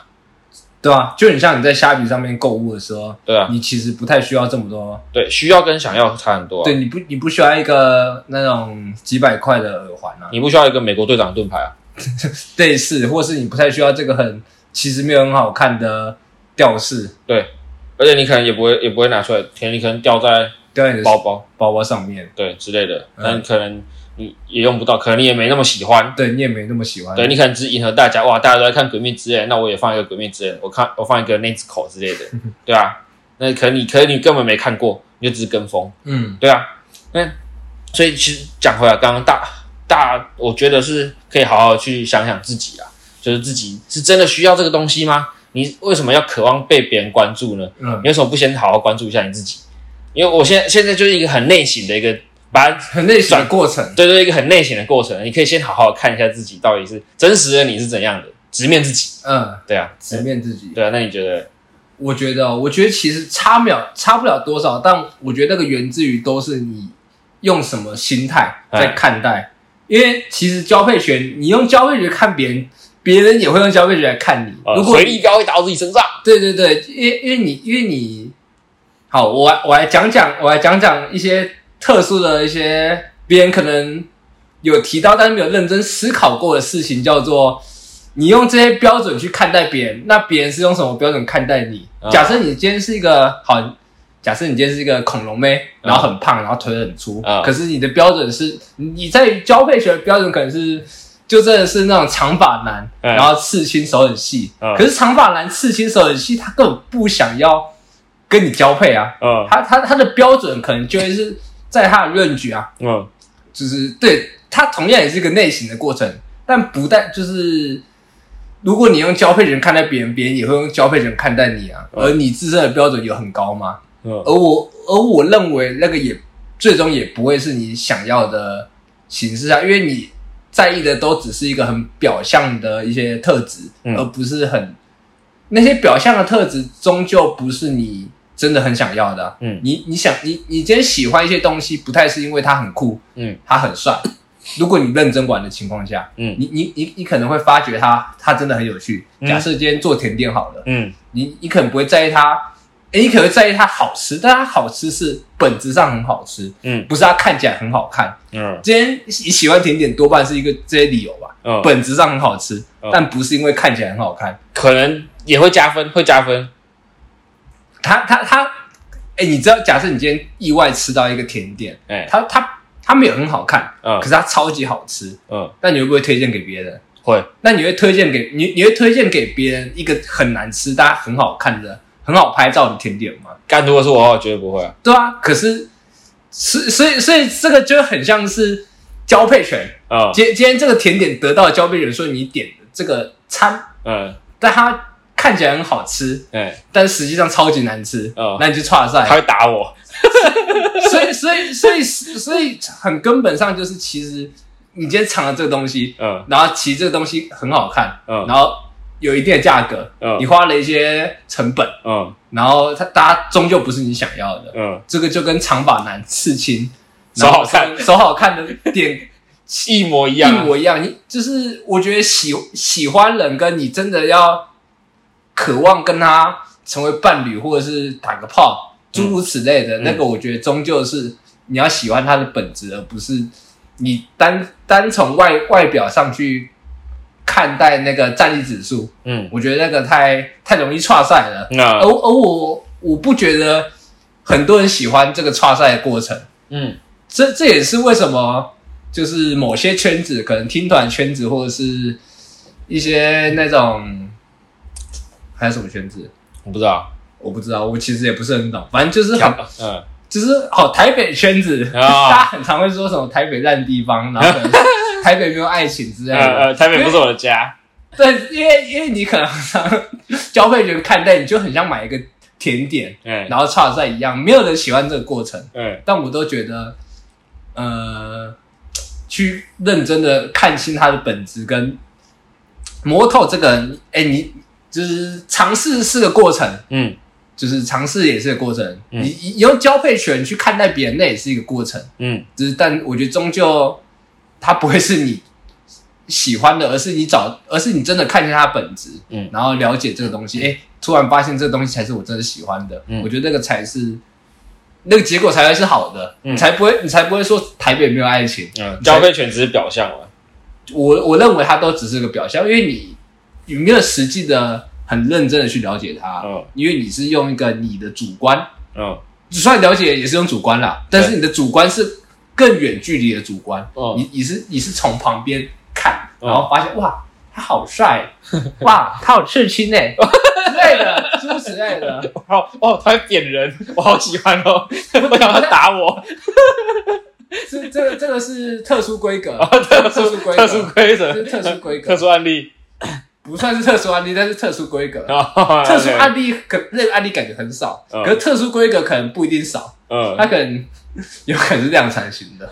Speaker 2: 对啊，就很像你在虾皮上面购物的时候，
Speaker 1: 对啊，
Speaker 2: 你其实不太需要这么多，
Speaker 1: 对，需要跟想要差很多、啊。
Speaker 2: 对，你不你不需要一个那种几百块的耳环啊，
Speaker 1: 你不需要一个美国队长的盾牌啊。
Speaker 2: 类似，或是你不太需要这个很其实没有很好看的吊饰
Speaker 1: 对，而且你可能也不会也不会拿出来，可能你可能掉在
Speaker 2: 吊在你的
Speaker 1: 包包
Speaker 2: 包包上面，
Speaker 1: 对之类的，
Speaker 2: 嗯
Speaker 1: 那你可能你也用不到，可能你也没那么喜欢。
Speaker 2: 对你也没那么喜欢，
Speaker 1: 对你可能只是迎合大家，哇，大家都在看《鬼灭之刃》，那我也放一个《鬼灭之刃》，我看我放一个《内子口》之类的，对啊，那可能你可能你根本没看过，你就只是跟风，
Speaker 2: 嗯，
Speaker 1: 对啊，那所以其实讲回来，刚刚大大，我觉得是可以好好去想想自己啊，就是自己是真的需要这个东西吗？你为什么要渴望被别人关注呢？
Speaker 2: 嗯
Speaker 1: 你为什么不先好好关注一下你自己？因为我现在现在就是一个很内省的一个，把它
Speaker 2: 很类似的过程，
Speaker 1: 对对一个很内省的过程，你可以先好好看一下自己到底是真实的你是怎样的，直面自己，
Speaker 2: 嗯，
Speaker 1: 对啊，
Speaker 2: 直面自己。
Speaker 1: 对啊，那你觉得？
Speaker 2: 我觉得哦，我觉得其实差不了差不了多少，但我觉得那个源自于都是你用什么心态在看待，因为其实交配权，你用交配权看别人，别人也会用交配权来看你。
Speaker 1: 呃
Speaker 2: 如果
Speaker 1: 回力镖会打到自己身上，
Speaker 2: 对对对，因为因为你因为你，好，我来我来讲讲，我来讲讲一些特殊的一些别人可能有提到，但是没有认真思考过的事情，叫做你用这些标准去看待别人，那别人是用什么标准看待你？
Speaker 1: 啊
Speaker 2: 假设你今天是一个好，假设你今天是一个恐龙妹，然后很胖，然后腿很粗，
Speaker 1: 啊
Speaker 2: 可是你的标准是你在交配学的标准可能是。就真的是那种长发男，
Speaker 1: 嗯
Speaker 2: 然后刺青手很细，
Speaker 1: 嗯
Speaker 2: 可是长发男刺青手很细，他根本不想要跟你交配啊。
Speaker 1: 嗯
Speaker 2: 他他他的标准可能就会是在他的 range 啊，
Speaker 1: 嗯
Speaker 2: 就是对他同样也是一个内省的过程，但不但就是，如果你用交配人看待别人，别人也会用交配人看待你啊。
Speaker 1: 嗯
Speaker 2: 而你自身的标准有很高吗？
Speaker 1: 嗯
Speaker 2: 而我而我认为那个也最终也不会是你想要的形式啊，因为你在意的都只是一个很表象的一些特质，
Speaker 1: 嗯
Speaker 2: 而不是很那些表象的特质，终究不是你真的很想要的啊、
Speaker 1: 嗯
Speaker 2: 你你想你你今天喜欢一些东西，不太是因为它很酷，
Speaker 1: 嗯，
Speaker 2: 它很帅。如果你认真玩的情况下，
Speaker 1: 嗯
Speaker 2: 你你你你可能会发觉它它真的很有趣。
Speaker 1: 嗯
Speaker 2: 假设今天做甜点好了，
Speaker 1: 嗯
Speaker 2: 你你可能不会在意它，诶你可能会在意它好吃，但它好吃是本质上很好吃，
Speaker 1: 嗯
Speaker 2: 不是它看起来很好看。
Speaker 1: 嗯
Speaker 2: 今天你喜欢甜点多半是一个这些理由吧，
Speaker 1: 嗯，
Speaker 2: 本质上很好吃
Speaker 1: 嗯，
Speaker 2: 但不是因为看起来很好看。
Speaker 1: 可能也会加分，会加分，
Speaker 2: 他他他，哎、你知道，假设你今天意外吃到一个甜点，
Speaker 1: 哎
Speaker 2: 它它它没有很好看，
Speaker 1: 嗯
Speaker 2: 可是它超级好吃，
Speaker 1: 嗯
Speaker 2: 那你会不会推荐给别人？
Speaker 1: 会，
Speaker 2: 那你会推荐给你你会推荐给别人一个很难吃但它很好看的、很好拍照的甜点吗？
Speaker 1: 干如果是我的话，我绝对不会啊，
Speaker 2: 对啊，可是，所以所以所以这个就很像是交配权。
Speaker 1: 嗯
Speaker 2: 今今天这个甜点得到的交配权，所以你点的这个餐，
Speaker 1: 嗯
Speaker 2: 但它看起来很好吃，
Speaker 1: 哎，
Speaker 2: 但实际上超级难吃，
Speaker 1: 嗯
Speaker 2: 那你就差赛。
Speaker 1: 他会打我，
Speaker 2: 所以所以所以所以很根本上就是，其实你今天藏了这个东西，
Speaker 1: 嗯
Speaker 2: 然后其实这个东西很好看，
Speaker 1: 嗯
Speaker 2: 然后有一定的价格，
Speaker 1: 嗯
Speaker 2: 你花了一些成本，
Speaker 1: 嗯
Speaker 2: 然后它大家终究不是你想要的，
Speaker 1: 嗯，
Speaker 2: 这个就跟长发男刺青
Speaker 1: 手好看
Speaker 2: 手好看的点
Speaker 1: 一模 一
Speaker 2: 一
Speaker 1: 样啊，
Speaker 2: 模一样，你就是我觉得喜喜欢人跟你真的要渴望跟他成为伴侣，或者是打个炮，诸如此类的、
Speaker 1: 嗯
Speaker 2: 那个，我觉得终究是你要喜欢他的本质，而不是你单单从外外表上去看待那个战力指数。
Speaker 1: 嗯，
Speaker 2: 我觉得那个太太容易岔赛了，
Speaker 1: 那
Speaker 2: 而而我我不觉得很多人喜欢这个岔赛的过程。
Speaker 1: 嗯
Speaker 2: 这这也是为什么，就是某些圈子，可能听团圈子，或者是一些那种还有什么圈子，
Speaker 1: 我不知道，
Speaker 2: 我不知道，我其实也不是很懂。反正就是 很，
Speaker 1: 嗯
Speaker 2: 就是好台北圈子，
Speaker 1: 啊
Speaker 2: 大家很常会说什么台北烂地方，然后可能台北没有爱情之类
Speaker 1: 呃
Speaker 2: 的。
Speaker 1: 呃，台北不是我的家，
Speaker 2: 对，因为因为你可能常 常交配权看待，你就很像买一个甜点，
Speaker 1: 嗯
Speaker 2: 然后差在一样，没有人喜欢这个过程。
Speaker 1: 嗯
Speaker 2: 但我都觉得，呃，去认真的看清他的本质跟摸透这个人，哎、你就是尝试是个过程，
Speaker 1: 嗯
Speaker 2: 就是尝试也是个过程，
Speaker 1: 嗯
Speaker 2: 你你用交配权去看待别人，那也是一个过程，
Speaker 1: 嗯
Speaker 2: 就是但我觉得终究他不会是你。喜欢的，而是你找，而是你真的看见他的本质，
Speaker 1: 嗯
Speaker 2: 然后了解这个东西，哎、突然发现这个东西才是我真的喜欢的，
Speaker 1: 嗯
Speaker 2: 我觉得那个才是那个结果才会是好的，
Speaker 1: 嗯
Speaker 2: 你才不会你才不会说台北没有爱情。
Speaker 1: 嗯，交配权只是表象啊了，
Speaker 2: 我我认为它都只是个表象，因为你你没有实际的很认真的去了解它，
Speaker 1: 嗯
Speaker 2: 因为你是用一个你的主观，
Speaker 1: 嗯
Speaker 2: 虽然了解也是用主观啦，但是你的主观是更远距离的主观，
Speaker 1: 嗯
Speaker 2: 你你是你是从旁边看，
Speaker 1: 嗯
Speaker 2: 然后发现哇，他好帅， 哇，他有刺青呢、
Speaker 1: 哎
Speaker 2: 之类的，诸如此类的。
Speaker 1: 好哦，他会扁人，我好喜欢 哦，我想他打我，
Speaker 2: 这这个这个是特殊规格，
Speaker 1: 特
Speaker 2: 殊规
Speaker 1: 哦特殊
Speaker 2: 格，
Speaker 1: 规则，
Speaker 2: 这是特殊规格
Speaker 1: 特殊案例
Speaker 2: 不算是特殊案例，但是特殊规格。
Speaker 1: 啊，
Speaker 2: 特殊案例可那个案例感觉很少，
Speaker 1: 嗯
Speaker 2: 可是特殊规格可能不一定少，
Speaker 1: 嗯
Speaker 2: 它可能 有可能是量产型的，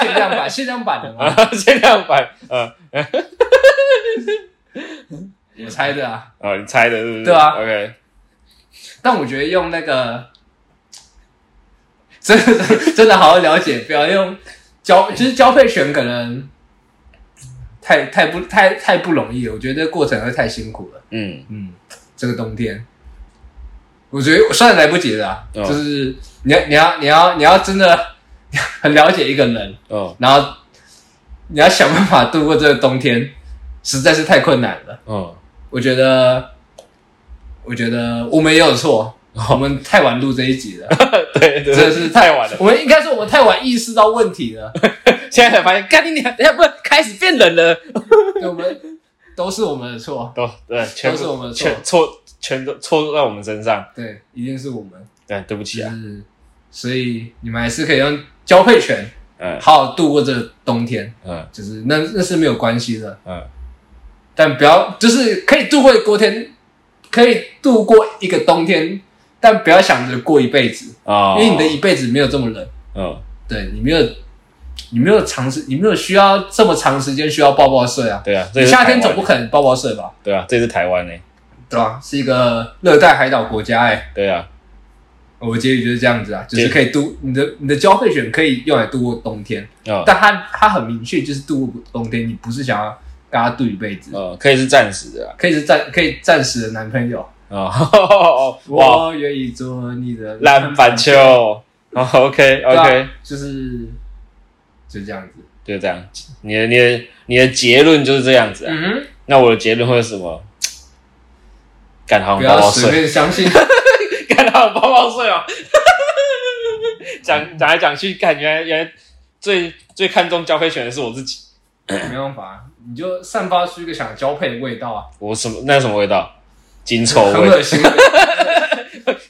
Speaker 2: 限量版，限量版 的吗？
Speaker 1: 啊，限量版，嗯
Speaker 2: 我猜的啊。
Speaker 1: 啊，你猜的是不是？
Speaker 2: 对啊
Speaker 1: ，OK，
Speaker 2: 但我觉得用那个真的真的好好了解，不要用交，其实交配权可能太太不太太不容易了，我觉得这个过程会太辛苦了。
Speaker 1: 嗯
Speaker 2: 嗯，这个冬天，我觉得算来不及了啊、
Speaker 1: 嗯
Speaker 2: 就是你要你要你要你要真的 很了解一个人，
Speaker 1: 嗯
Speaker 2: 然后你要想办法度过这个冬天，实在是太困难了。
Speaker 1: 嗯，
Speaker 2: 我觉得，我觉得我们也有错，我们太晚录这 一集了，
Speaker 1: 对，真
Speaker 2: 真的是
Speaker 1: 哦太晚了，
Speaker 2: 我们应该说我们太晚意识到问题了，
Speaker 1: 现在才发现，干你娘，等下不是开始变冷了，
Speaker 2: 对我们都是我们的错，
Speaker 1: 都对，全
Speaker 2: 都是我们的错
Speaker 1: 全错，全都错在我们身上，
Speaker 2: 对，一定是我们，
Speaker 1: 对，对不起
Speaker 2: 就
Speaker 1: 啊，
Speaker 2: 是所以你们还是可以用交配权。
Speaker 1: 嗯
Speaker 2: 好好度过这个冬天，
Speaker 1: 嗯
Speaker 2: 就是那那是没有关系的，
Speaker 1: 嗯
Speaker 2: 但不要就是可以度过一个冬天，可以度过一个冬天，但不要想着过一辈子，
Speaker 1: 啊，
Speaker 2: 因为你的一辈子没有这么冷，
Speaker 1: 嗯，
Speaker 2: 对你没有你没有长时你没有需要这么长时间需要抱抱睡啊，
Speaker 1: 对啊，这
Speaker 2: 你
Speaker 1: 也是
Speaker 2: 夏
Speaker 1: 台
Speaker 2: 天
Speaker 1: 湾
Speaker 2: 总不可能抱抱睡吧，
Speaker 1: 对啊，这也是台湾呢，
Speaker 2: 对吧、是一个热带海岛国家哎、
Speaker 1: 对啊，
Speaker 2: 我的结语就是这样子啊，就
Speaker 1: 结
Speaker 2: 是可以度你的你的交配权可以用来度过冬天，
Speaker 1: 嗯
Speaker 2: 但它它很明确就是度过冬天，你不是想要跟他度一辈子，
Speaker 1: 嗯，可以是暂时的啊
Speaker 2: 可以是暂可以暂时的男朋友。
Speaker 1: 哦， 哇，
Speaker 2: 我愿意做你的
Speaker 1: 烂板球哦，OK
Speaker 2: 对啊
Speaker 1: OK，
Speaker 2: 就是就这样子。
Speaker 1: 就这样，你的你的你的结论就是这样子啊，
Speaker 2: 嗯
Speaker 1: 那我的结论会是什么？干好
Speaker 2: 不
Speaker 1: 包
Speaker 2: 要
Speaker 1: 包
Speaker 2: 随
Speaker 1: 睡，
Speaker 2: 便相信。
Speaker 1: 干好包包睡哦。讲讲来讲去，感觉原来最最看重交配权的是我自己。
Speaker 2: 没办法，你就散发出一个想交配的味道啊，
Speaker 1: 我什么那什么味道？紧臭
Speaker 2: 很
Speaker 1: 味，
Speaker 2: 恶心。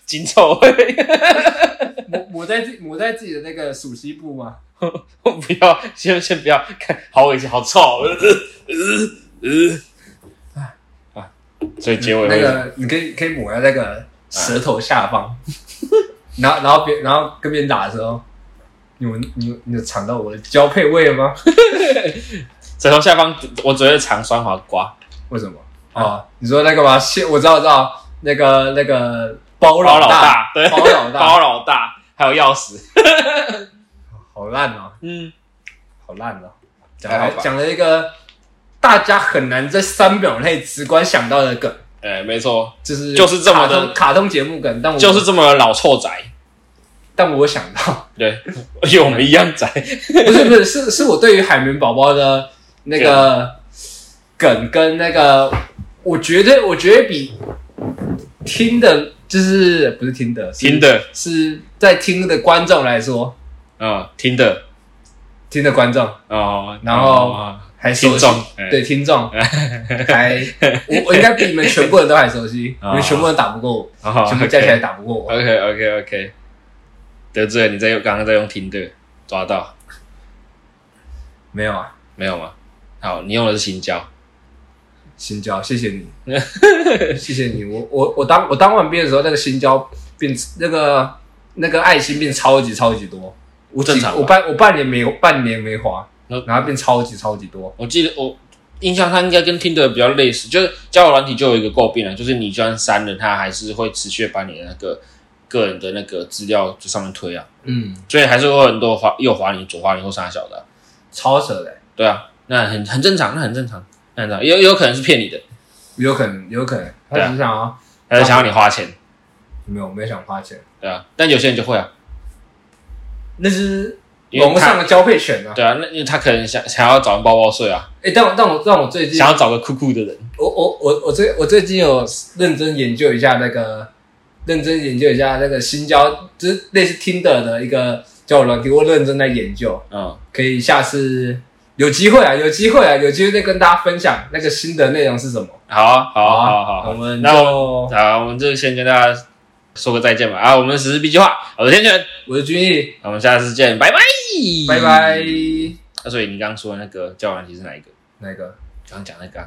Speaker 1: 紧臭味，
Speaker 2: 抹抹在自抹在自己的那个属膝部嘛，
Speaker 1: 我不要，先先不要，看好恶心，好臭，呃呃呃，啊，所以结尾
Speaker 2: 那
Speaker 1: 会
Speaker 2: 个你可以可以抹在那个舌头下方。 然后然后别然后跟别人打的时候，你闻你你有尝到我的交配味了吗？
Speaker 1: 枕头下方我只会藏酸黄瓜，
Speaker 2: 为什么？
Speaker 1: 啊
Speaker 2: 哦，你说那个吗？蟹，我知道我知道，那个那个包
Speaker 1: 包
Speaker 2: 老
Speaker 1: 老大，对，
Speaker 2: 包老大，
Speaker 1: 包老大，还有钥匙，
Speaker 2: 好烂哦，
Speaker 1: 嗯，
Speaker 2: 好烂哦，讲
Speaker 1: 还
Speaker 2: 了
Speaker 1: 好吧
Speaker 2: 讲了一个大家很难在三秒内直观想到的梗，
Speaker 1: 哎，没错，
Speaker 2: 就是
Speaker 1: 就是这么的
Speaker 2: 卡通卡通节目梗，但我
Speaker 1: 就是这么老臭宅，
Speaker 2: 但我想 到，
Speaker 1: 对，因为我们一样宅，
Speaker 2: 不是不是是是我对于海绵宝宝的那 个梗跟那个，我觉得我觉得比听的，就是不是听的，是
Speaker 1: 听的，
Speaker 2: 是在听的观众来说，
Speaker 1: 嗯，听的，
Speaker 2: 听的观众
Speaker 1: 哦，
Speaker 2: 然后
Speaker 1: 哦
Speaker 2: 还熟
Speaker 1: 听
Speaker 2: 悉
Speaker 1: 众，，哎
Speaker 2: 对听众 还我我应该比你们全部人都还熟悉，
Speaker 1: 啊
Speaker 2: 你们全部人打不过我，
Speaker 1: 哦
Speaker 2: 全部加起来打不过我。
Speaker 1: OK OK OK，得罪了你在用刚刚在用听的抓到
Speaker 2: 没有啊，
Speaker 1: 没有吗？好，你用的是新交，
Speaker 2: 新交，谢谢 你，谢谢你。我我我当我当完兵的时候，那个新交变那个那个爱心变超级超级多，我几
Speaker 1: 正常吧嗯
Speaker 2: 我半我半年没有半年没滑
Speaker 1: 那，
Speaker 2: 然后变超级超级多。
Speaker 1: 我记得我印象它应该跟听的比较类似，就是交友软体就有一个诟病了，就是你就算删了，它还是会持续把你的那个个人的那个资料就上面推啊，
Speaker 2: 嗯，
Speaker 1: 所以还是会有很多滑右滑你左滑你或啥小的啊、
Speaker 2: 超扯的、
Speaker 1: 对啊，那很很正常，那很正常，那很正常，也有也有可能是骗你的，
Speaker 2: 有可能有可能，他
Speaker 1: 对啊
Speaker 2: 只是想要、
Speaker 1: 还是想要你花钱，
Speaker 2: 没有没有想花钱，
Speaker 1: 对啊，但有些人就会啊，
Speaker 2: 那是
Speaker 1: 因为
Speaker 2: 网络
Speaker 1: 他
Speaker 2: 上的交配权啊。
Speaker 1: 对啊，那因为他可能想想要找人包包睡啊，
Speaker 2: 哎、但我但我但我最近
Speaker 1: 想要找个酷酷的人。
Speaker 2: 我我我我最我最近有认真研究一下那个，认真研究一下那个新交，就是类似 Tinder 的一个交友软体，我认真在研究，
Speaker 1: 嗯，
Speaker 2: 可以下次有机会啊，有机会啊，有机会再跟大家分享那个新的内容是什么。
Speaker 1: 好啊，好啊，好
Speaker 2: 好
Speaker 1: 啊，好啊，
Speaker 2: 我们
Speaker 1: 那我
Speaker 2: 就
Speaker 1: 们好，我们就先跟大家说个再见吧。啊，我们实施 B 计划，我是天权，
Speaker 2: 我是君毅，
Speaker 1: 我们下次见，拜拜，啊
Speaker 2: 拜拜。。
Speaker 1: 那所以你刚刚说的那个教完题是哪一个？
Speaker 2: 那个
Speaker 1: 刚刚讲那个、啊，